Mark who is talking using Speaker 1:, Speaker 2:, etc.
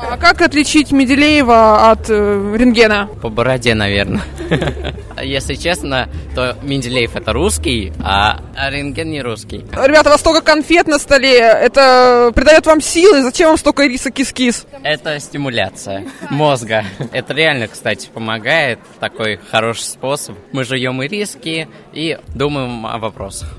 Speaker 1: А как отличить Менделеева от э, рентгена?
Speaker 2: По бороде, наверное. Если честно, то Менделеев это русский, а рентген не русский.
Speaker 1: Ребята, у вас столько конфет на столе, это придает вам силы, зачем вам столько риса кис-кис?
Speaker 2: Это стимуляция мозга. Это реально, кстати, помогает. Такой хороший способ. Мы жуем и риски и думаем о вопросах.